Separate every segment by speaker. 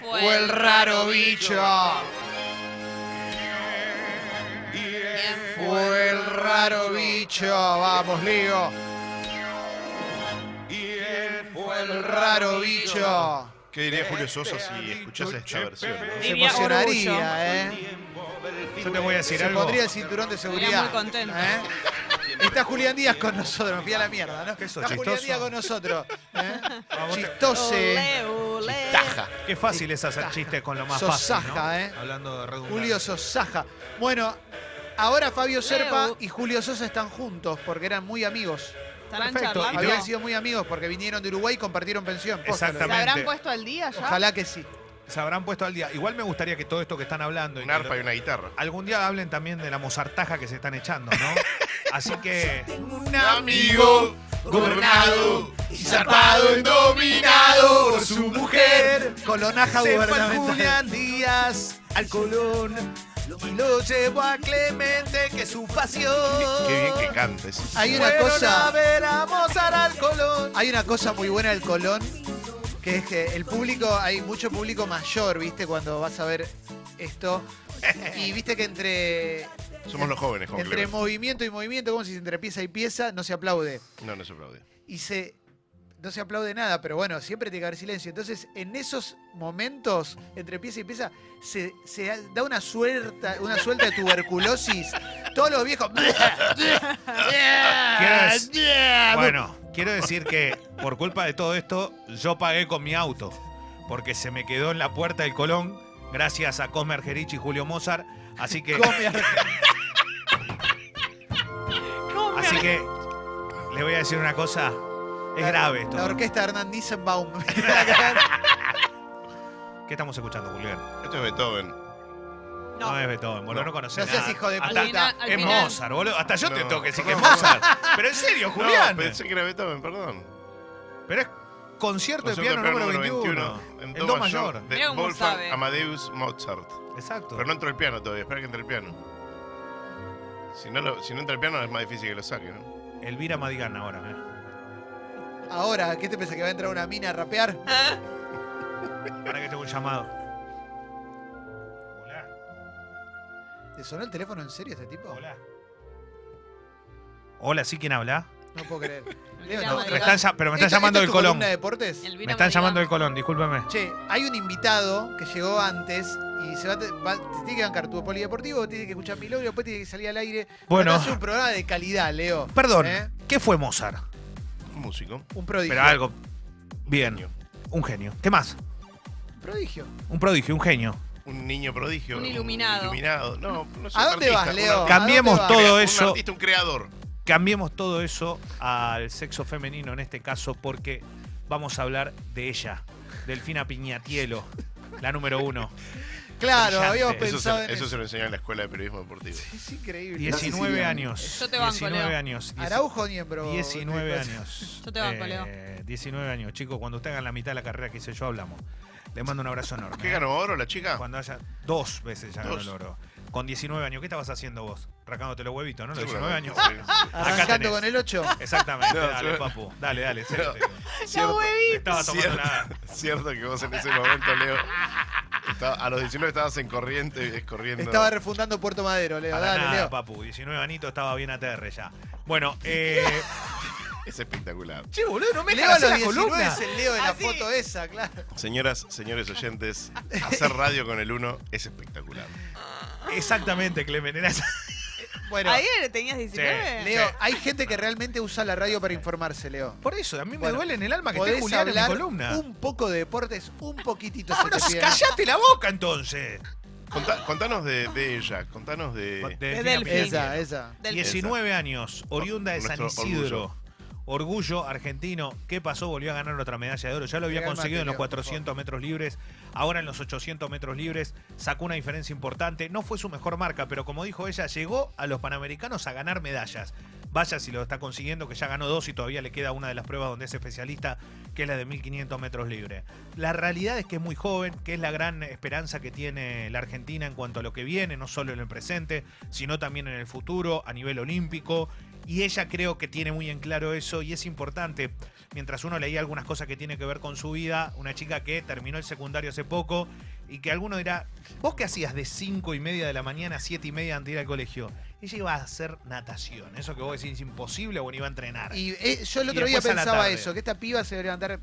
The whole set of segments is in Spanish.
Speaker 1: fue el raro bicho? ¿Quién fue el raro bicho? Vamos, Ligo. ¿Quién fue el raro bicho?
Speaker 2: ¿Qué diría Julio Sosa si escuchase esta versión? no?
Speaker 1: Se
Speaker 3: Diría
Speaker 1: emocionaría, ¿eh?
Speaker 4: Yo te voy a decir
Speaker 1: Se
Speaker 4: algo.
Speaker 1: pondría el cinturón de seguridad.
Speaker 3: muy contento.
Speaker 1: ¿eh? Está Julián Díaz con nosotros, me fui a la mierda, ¿no?
Speaker 4: ¿Qué sos,
Speaker 1: Está Julián
Speaker 4: chistoso?
Speaker 1: Díaz con nosotros. ¿eh?
Speaker 4: Vamos, te-
Speaker 1: Chistose.
Speaker 3: Ole, ole.
Speaker 2: Taja.
Speaker 4: Qué fácil es hacer chistes con lo más fácil. ¿no?
Speaker 1: Sosaja, ¿eh?
Speaker 4: Hablando de redundancia.
Speaker 1: Julio Sosaja. Bueno, ahora Fabio Serpa
Speaker 3: Leo.
Speaker 1: y Julio Sosa están juntos porque eran muy amigos.
Speaker 3: Estarán
Speaker 4: Perfecto, y te
Speaker 3: charlando.
Speaker 4: voy a
Speaker 1: Habían sido muy amigos porque vinieron de Uruguay y compartieron pensión. Posta, lo digo.
Speaker 3: ¿Se
Speaker 4: Exactamente.
Speaker 3: habrán puesto al día ya?
Speaker 1: Ojalá que sí.
Speaker 4: Se habrán puesto al día. Igual me gustaría que todo esto que están hablando. y
Speaker 2: Un
Speaker 4: que
Speaker 2: arpa
Speaker 4: lo-
Speaker 2: y una guitarra.
Speaker 4: Algún día hablen también de la mozartaja que se están echando, ¿no? Así que. Un
Speaker 2: amigo gobernado y zarpado y dominado por su mujer.
Speaker 1: Colonaja
Speaker 4: Se fue al
Speaker 1: gubernamental.
Speaker 4: Julián Díaz al Colón y lo llevó a Clemente, que es su pasión.
Speaker 2: Qué bien que cantes.
Speaker 1: Hay una
Speaker 4: Fueron
Speaker 1: cosa-
Speaker 4: a ver a Mozart al Colón.
Speaker 1: Hay una cosa muy buena del Colón, que es que el público, hay mucho público mayor, ¿viste? Cuando vas a ver esto. Y viste que entre.
Speaker 2: Somos los jóvenes, con
Speaker 1: Entre
Speaker 2: Clemente.
Speaker 1: movimiento y movimiento, como si entre pieza y pieza, no se aplaude.
Speaker 2: No, no se aplaude.
Speaker 1: y se no se aplaude nada, pero bueno, siempre tiene que haber silencio. Entonces, en esos momentos, entre pieza y pieza, se, se ha- da una suelta, una suelta de tuberculosis. Todos los viejos.
Speaker 2: Ah,
Speaker 4: ¿Quieres? Bueno, quiero decir que por culpa de todo esto, yo pagué con mi auto. Porque se me quedó en la puerta del Colón, gracias a Cosme Argerich y Julio Mozart. Así que,
Speaker 1: Come a-
Speaker 3: No,
Speaker 4: así
Speaker 3: me-
Speaker 4: que les voy a decir una cosa. Es grave
Speaker 1: La
Speaker 4: esto.
Speaker 1: orquesta Hernán Nissenbaum.
Speaker 4: ¿Qué estamos escuchando, Julián?
Speaker 2: Esto es Beethoven.
Speaker 4: No,
Speaker 3: No.
Speaker 4: es Beethoven, boludo, no, conoces
Speaker 1: No seas
Speaker 4: nada.
Speaker 1: hijo de
Speaker 4: Hasta-
Speaker 3: Al final- al
Speaker 4: es
Speaker 3: final.
Speaker 4: Mozart, boludo. Hasta yo te
Speaker 2: No,
Speaker 4: tengo que decir que es
Speaker 2: no, no.
Speaker 4: Mozart. Pero en serio, Julián.
Speaker 2: No, pensé que era Beethoven, perdón.
Speaker 4: Pero es concierto de
Speaker 2: Concierto
Speaker 4: piano número 21.
Speaker 2: En
Speaker 4: En
Speaker 2: do, mayor. De
Speaker 3: Mirá cómo
Speaker 2: Wolfgang
Speaker 3: sabe.
Speaker 2: Amadeus Mozart.
Speaker 4: Exacto.
Speaker 2: Pero no entró el piano todavía, espera que entre el piano. Si no, lo- si no entra el piano es más difícil que lo saque, ¿no?
Speaker 4: Elvira Madigana ahora. mirá.
Speaker 1: Ahora, ¿qué te pensás que va a entrar una mina a rapear?
Speaker 4: Para que tengo un llamado.
Speaker 1: ¿Te sonó el teléfono en serio este tipo?
Speaker 4: Hola. Hola, ¿sí quién habla?
Speaker 1: No puedo creer.
Speaker 3: No,
Speaker 4: Me
Speaker 3: Madigana.
Speaker 4: están ya- pero me están
Speaker 1: ¿Esto-
Speaker 4: llamando
Speaker 1: esto es
Speaker 4: del
Speaker 1: tu
Speaker 4: Colón.
Speaker 1: columna de deportes?
Speaker 3: Elvira
Speaker 4: Me están
Speaker 3: diga-
Speaker 4: llamando del Colón, discúlpeme.
Speaker 1: Che, hay un invitado que llegó antes y se va, a te- va- te tiene que bancar tu polideportivo, tiene que escuchar mi logro, después tiene que salir al aire.
Speaker 4: Bueno.
Speaker 1: Es un programa de calidad, Leo.
Speaker 4: Perdón,
Speaker 1: ¿Eh?
Speaker 4: ¿qué fue Mozart?
Speaker 2: Un músico.
Speaker 1: Un prodigio.
Speaker 4: Pero algo. Bien,
Speaker 2: Genio.
Speaker 4: un genio. ¿Qué más?
Speaker 1: Un prodigio.
Speaker 4: Un prodigio, un genio.
Speaker 2: Un niño prodigio.
Speaker 3: Un iluminado.
Speaker 2: iluminado. No, no sé,
Speaker 1: ¿A
Speaker 2: un
Speaker 1: dónde
Speaker 2: artista,
Speaker 1: vas,
Speaker 2: un
Speaker 1: Leo?
Speaker 2: artista.
Speaker 4: Cambiemos
Speaker 1: vas?
Speaker 4: todo
Speaker 2: Un
Speaker 4: eso.
Speaker 2: artista, un creador.
Speaker 4: Cambiemos todo eso al sexo femenino en este caso porque vamos a hablar de ella, Delfina Piñatielo, la número uno.
Speaker 1: Claro,
Speaker 4: Brillante.
Speaker 1: habíamos
Speaker 2: Eso
Speaker 1: pensado
Speaker 2: se,
Speaker 1: en
Speaker 2: eso
Speaker 1: eso.
Speaker 2: se lo enseñó en la escuela de periodismo deportivo.
Speaker 1: Es increíble.
Speaker 4: 19 años.
Speaker 3: Yo te banco,
Speaker 4: 19
Speaker 3: Leo.
Speaker 4: años. dieci-
Speaker 1: Araujo Niembro.
Speaker 4: 19 años.
Speaker 3: Yo te banco,
Speaker 4: Eh,
Speaker 3: Leo.
Speaker 4: 19 años, chicos. Cuando ustedes hagan la mitad de la carrera que hice yo, hablamos. Les mando un abrazo enorme.
Speaker 2: ¿Qué
Speaker 4: eh.
Speaker 2: ganó oro la chica?
Speaker 4: Cuando haya dos veces ya ganó
Speaker 2: Dos.
Speaker 4: el oro. Con 19 años, ¿qué estabas haciendo vos? Racándote los huevitos, ¿no? Los 19
Speaker 2: Seguramente,
Speaker 4: años.
Speaker 2: sí.
Speaker 4: Acá
Speaker 1: Arrancando
Speaker 4: tenés.
Speaker 1: con el 8.
Speaker 4: Exactamente,
Speaker 2: No,
Speaker 4: dale,
Speaker 2: yo-
Speaker 4: papu. Dale, dale,
Speaker 2: No.
Speaker 4: séntate.
Speaker 2: Cierto-
Speaker 4: Me Estaba tomando
Speaker 2: Cierto,
Speaker 4: nada.
Speaker 2: cierto que vos en ese momento, Leo, estaba- a los 19 estabas en corriente y descorriendo.
Speaker 1: Estaba refundando Puerto Madero, Leo.
Speaker 4: Para
Speaker 1: Dale,
Speaker 4: nada,
Speaker 1: Leo.
Speaker 4: papu. 19 anito estaba bien ATR ya. Bueno, eh.
Speaker 2: Es espectacular.
Speaker 4: che, boludo, no me
Speaker 1: Leo a los 19 es el Leo de la
Speaker 3: Así.
Speaker 1: foto esa, claro.
Speaker 2: Señoras, señores oyentes, hacer radio con el uno es espectacular.
Speaker 4: Exactamente, Clemen. era esa-
Speaker 1: Bueno,
Speaker 3: ¿Ayer tenías 19?
Speaker 1: Leo,
Speaker 4: Sí.
Speaker 1: hay gente que realmente usa la radio para informarse, Leo.
Speaker 4: Por eso, a mí me
Speaker 1: Bueno,
Speaker 4: duele en el alma que esté
Speaker 1: Podés
Speaker 4: Julián en mi
Speaker 1: hablar
Speaker 4: columna.
Speaker 1: un poco de deportes, un poquitito. se te
Speaker 4: Vámonos,
Speaker 1: pide.
Speaker 4: callate la boca entonces.
Speaker 2: Conta- contanos de, de ella, contanos de.
Speaker 3: De
Speaker 4: Delfina
Speaker 3: Delphi.
Speaker 4: Piñera.
Speaker 1: Esa, esa.
Speaker 3: Del-
Speaker 4: 19 años, oriunda de San
Speaker 2: Nuestro
Speaker 4: Isidro. Orgullo. argentino. ¿Qué pasó? Volvió a ganar otra medalla de oro. Ya lo había
Speaker 1: Llega el
Speaker 4: conseguido en los
Speaker 1: material, por
Speaker 4: 400 metros libres. Ahora en los 800 metros libres sacó una diferencia importante. No fue su mejor marca, pero como dijo ella, llegó a los Panamericanos a ganar medallas. Vaya si lo está consiguiendo, que ya ganó dos y todavía le queda una de las pruebas donde es especialista, que es la de 1500 metros libre. La realidad es que es muy joven, que es la gran esperanza que tiene la Argentina en cuanto a lo que viene, no solo en el presente, sino también en el futuro, a nivel olímpico. Y ella creo que tiene muy en claro eso y es importante. Mientras uno leía algunas cosas que tienen que ver con su vida, una chica que terminó el secundario hace poco y que alguno dirá, ¿vos qué hacías de 5 y media de la mañana a 7 y media antes de ir al colegio? Ella iba a hacer natación, eso que vos decís es imposible, bueno, iba a entrenar.
Speaker 1: Y eh, yo el otro
Speaker 4: Y
Speaker 1: día
Speaker 4: después a la
Speaker 1: pensaba
Speaker 4: tarde.
Speaker 1: eso, que esta piba se debe levantar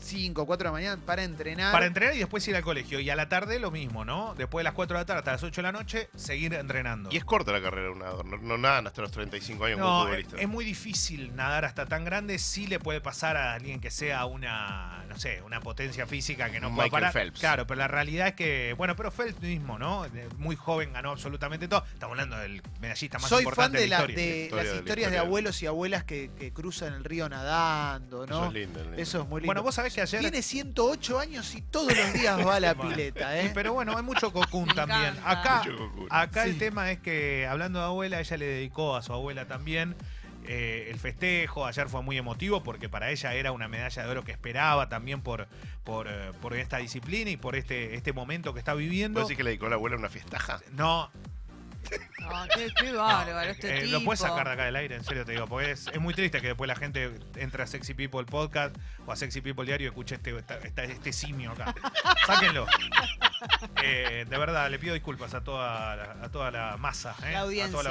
Speaker 1: 5, 4 de la mañana para entrenar.
Speaker 4: Para entrenar y después ir al colegio. Y a la tarde lo mismo, ¿no? Después de las 4 de la tarde hasta las 8 de la noche, seguir entrenando.
Speaker 2: Y es corta la carrera de un nadador. No, no nadan hasta los 35 años como
Speaker 4: No, es,
Speaker 2: futbolista.
Speaker 4: es muy difícil nadar hasta tan grande. Sí le puede pasar a alguien que sea una, no sé, una potencia física que no pueda
Speaker 2: Michael
Speaker 4: parar.
Speaker 2: Phelps.
Speaker 4: Claro, pero la realidad es que, bueno, pero Phelps mismo, ¿no? De- Muy joven ganó absolutamente todo. Estamos hablando del medallista más
Speaker 1: Soy fan
Speaker 4: importante
Speaker 1: de, la-
Speaker 4: historia.
Speaker 1: de
Speaker 2: historia de
Speaker 1: las
Speaker 2: la
Speaker 1: historias de,
Speaker 2: historia.
Speaker 1: abuelos y abuelas que, que cruzan el río nadando,
Speaker 2: Eso
Speaker 1: ¿no?
Speaker 2: es lindo. lindo.
Speaker 1: Eso es muy lindo.
Speaker 4: Bueno, vos sabés que ayer.
Speaker 1: Tiene 108 años y todos los días va a la pileta,
Speaker 4: Y
Speaker 1: ¿eh?
Speaker 4: Pero bueno, hay mucho cocún
Speaker 3: Me
Speaker 4: también.
Speaker 3: encanta.
Speaker 4: Acá,
Speaker 2: Mucho cocún.
Speaker 4: acá el
Speaker 1: Sí.
Speaker 4: tema es que, hablando de abuela, ella le dedicó a su abuela también eh, el festejo. Ayer fue muy emotivo porque para ella era una medalla de oro que esperaba también por, por, eh, por esta disciplina y por este, este momento que está viviendo.
Speaker 2: ¿Vos decís que le dedicó a la abuela una fiestaja?
Speaker 4: No,
Speaker 3: No, qué, qué
Speaker 4: no,
Speaker 3: bárbaro, este
Speaker 4: eh,
Speaker 3: tipo.
Speaker 4: lo puedes sacar de acá del aire, en serio te digo, porque es, es muy triste que después la gente entre a Sexy People Podcast o a Sexy People Diario y escuche este, esta- esta- este simio acá. Sáquenlo. Eh, de verdad, le pido disculpas a toda la, a toda la masa, ¿eh?
Speaker 3: La
Speaker 4: a toda
Speaker 3: audiencia.
Speaker 4: la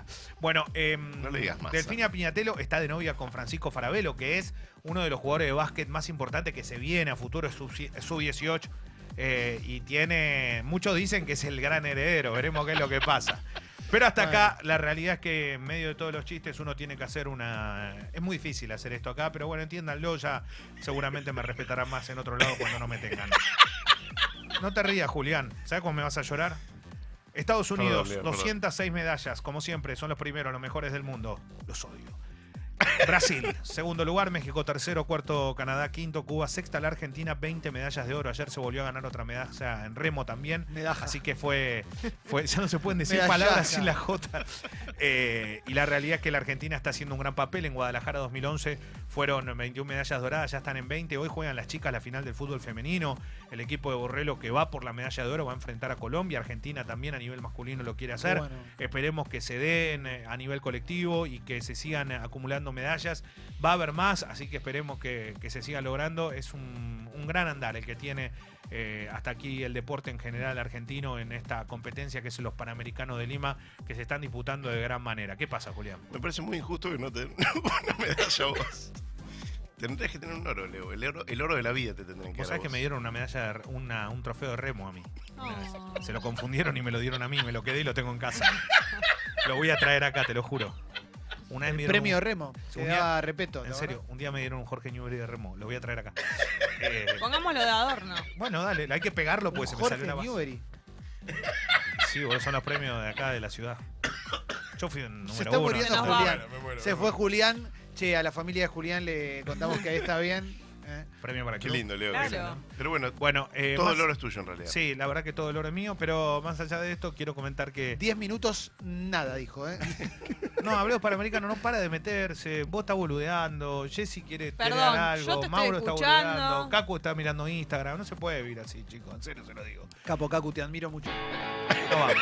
Speaker 4: audiencia. Bueno, em,
Speaker 2: No le digas masa.
Speaker 4: Delfina Piñatelo está de novia con Francisco Farabelo, que es uno de los jugadores de básquet más importantes que se viene a futuro, es sub- sub-18. eh, y tiene, muchos dicen que es el gran heredero, veremos qué es lo que pasa. Pero hasta acá, la realidad es que en medio de todos los chistes uno tiene que hacer una... Es muy difícil hacer esto acá, pero bueno, entiéndanlo, ya seguramente me respetarán más en otro lado cuando no me tengan. No te rías, Julián. ¿Sabes cómo me vas a llorar? Estados
Speaker 2: Perdón,
Speaker 4: Unidos,
Speaker 2: Leo, perdón.
Speaker 4: 206 medallas, como siempre, son los primeros, los mejores del mundo. Los odio. Brasil, segundo lugar, México tercero, cuarto Canadá, quinto Cuba, sexta la Argentina, 20 medallas de oro. Ayer se volvió a ganar otra medalla en remo también.
Speaker 1: Medaja.
Speaker 4: Así que fue, fue- ya no se pueden decir
Speaker 1: Medallaca.
Speaker 4: palabras sin la J. Eh, y la realidad es que la Argentina está haciendo un gran papel. En Guadalajara 2011 fueron 21 medallas doradas, ya están en 20. Hoy juegan las chicas la final del fútbol femenino. El equipo de Borrello que va por la medalla de oro va a enfrentar a Colombia. Argentina también a nivel masculino lo quiere hacer.
Speaker 1: Bueno.
Speaker 4: Esperemos que se den eh, a nivel colectivo y que se sigan eh, acumulando medallas. Va a haber más, así que esperemos que, que se siga logrando. Es un, un gran andar el que tiene eh, hasta aquí el deporte en general argentino en esta competencia que es los Panamericanos de Lima, que se están disputando de gran manera. ¿Qué pasa, Julián?
Speaker 2: Me parece muy injusto que no te den una medalla a vos. Tendrías que tener un oro, Leo. El oro, el oro de la vida te tendrían que
Speaker 4: Vos
Speaker 2: dar. a
Speaker 4: sabés que me dieron una medalla, de re- una- un trofeo de remo a mí.
Speaker 3: Oh.
Speaker 4: Se lo confundieron y me lo dieron a mí, me lo quedé y lo tengo en casa. Lo voy a traer acá, te lo juro. Una vez me dieron
Speaker 1: Premio
Speaker 4: un-
Speaker 1: Remo. Se
Speaker 4: un día-
Speaker 1: da respeto.
Speaker 4: En serio, un día me dieron un Jorge Newbery de remo, lo voy a traer acá. Eh,
Speaker 3: Pongámoslo de adorno.
Speaker 4: bueno, dale, hay que pegarlo porque se me
Speaker 1: Jorge
Speaker 4: salió la base.
Speaker 1: Newbery.
Speaker 4: Sí, boludo, son los premios de acá de la ciudad. Yo fui un número
Speaker 1: Se está
Speaker 4: uno.
Speaker 1: muriendo
Speaker 3: Se nos va.
Speaker 1: Julián.
Speaker 2: Me muero, me muero,
Speaker 1: Se
Speaker 2: me
Speaker 1: fue Julián. Che, a la familia de Julián le contamos que ahí está bien. ¿eh?
Speaker 4: Premio para el
Speaker 2: Ah, Qué
Speaker 4: club.
Speaker 2: lindo, Leo.
Speaker 3: Claro.
Speaker 2: qué lindo. Pero bueno,
Speaker 4: Bueno, eh,
Speaker 2: todo
Speaker 4: más-
Speaker 2: el oro es tuyo en realidad.
Speaker 4: Sí, la verdad que todo el oro es mío, pero más allá de esto, quiero comentar que.
Speaker 1: 10 minutos, nada, dijo. ¿eh?
Speaker 4: No, Hablemos Panamericanos no para de meterse. Vos estás boludeando. Jessy quiere
Speaker 3: Perdón,
Speaker 4: tener
Speaker 3: yo te
Speaker 4: algo.
Speaker 3: estoy
Speaker 4: Mauro está
Speaker 3: escuchando.
Speaker 4: boludeando. Cacu está mirando Instagram. No se puede vivir así, chicos. En serio se lo digo.
Speaker 1: Capo Cacu, te admiro mucho.
Speaker 4: No vamos.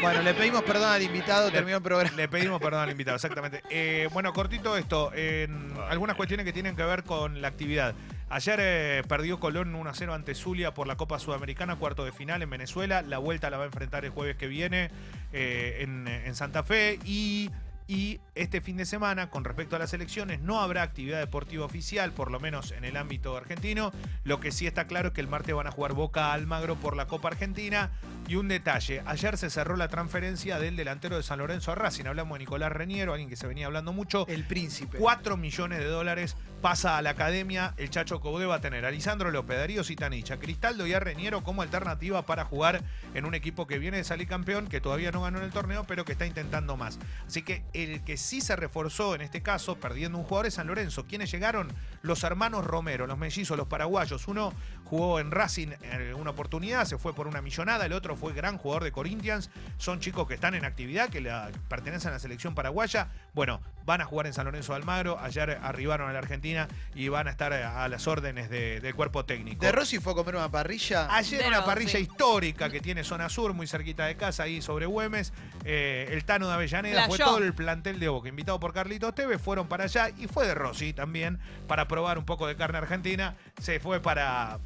Speaker 1: Bueno, le pedimos perdón al invitado,
Speaker 4: Le-
Speaker 1: terminó el programa.
Speaker 4: Le pedimos perdón al invitado, exactamente. Eh, bueno, cortito esto. en algunas cuestiones que tienen que ver con la actividad. Ayer eh, perdió Colón 1-0 ante Zulia por la Copa Sudamericana, cuarto de final en Venezuela. La vuelta la va a enfrentar el jueves que viene eh, en, en Santa Fe. Y, y este fin de semana, con respecto a las elecciones, no habrá actividad deportiva oficial, por lo menos en el ámbito argentino. Lo que sí está claro es que el martes van a jugar Boca Almagro por la Copa Argentina. Y un detalle, ayer se cerró la transferencia del delantero de San Lorenzo a Racing. Hablamos de Nicolás Reñero, alguien que se venía hablando mucho.
Speaker 1: El príncipe.
Speaker 4: 4 millones de dólares pasa a la academia. El Chacho Cobde va a tener a Lisandro López, Darío Citanich, a Cristaldo y a Reñero como alternativa para jugar en un equipo que viene de salir campeón, que todavía no ganó en el torneo, pero que está intentando más. Así que el que sí se reforzó en este caso, perdiendo un jugador, es San Lorenzo. ¿Quiénes llegaron? los hermanos Romero, los mellizos, los paraguayos. Uno jugó en Racing en una oportunidad, se fue por una millonada, el otro fue gran jugador de Corinthians. Son chicos que están en actividad, que la- pertenecen a la selección paraguaya. Bueno, van a jugar en San Lorenzo de Almagro. Ayer arribaron a la Argentina y van a estar a a las órdenes de- del cuerpo técnico.
Speaker 1: De Rossi fue a comer una parrilla.
Speaker 4: Ayer
Speaker 3: De
Speaker 4: una
Speaker 3: nuevo,
Speaker 4: parrilla
Speaker 3: sí.
Speaker 4: histórica que tiene Zona Sur, muy cerquita de casa, ahí sobre Güemes. Eh, el Tano de Avellaneda fue
Speaker 3: Flasheó.
Speaker 4: todo el plantel de Boca, invitado por Carlitos Tevez, fueron para allá y fue de Rossi también para probar un poco de carne argentina. Se fue para,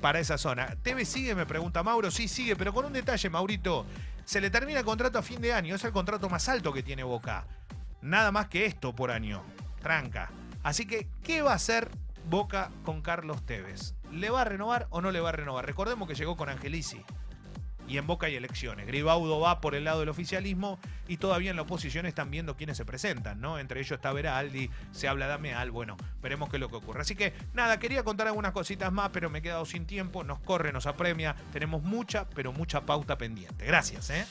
Speaker 4: para esa zona. Tevez sigue, me pregunta Mauro. Sí, sigue, pero con un detalle, Maurito. Se le termina el contrato a fin de año, es el contrato más alto que tiene Boca. Nada más que esto por año. Tranca. Así que, ¿qué va a hacer Boca con Carlos Tevez? ¿Le va a renovar o no le va a renovar? Recordemos que llegó con Angelici. Y en Boca hay elecciones. Gribaudo va por el lado del oficialismo y todavía en la oposición están viendo quiénes se presentan, ¿no? Entre ellos está Veraldi, se habla de Ameal. Bueno, veremos qué es lo que ocurre. Así que, nada, quería contar algunas cositas más, pero me he quedado sin tiempo. Nos corre, nos apremia. Tenemos mucha, pero mucha pauta pendiente. Gracias, ¿eh?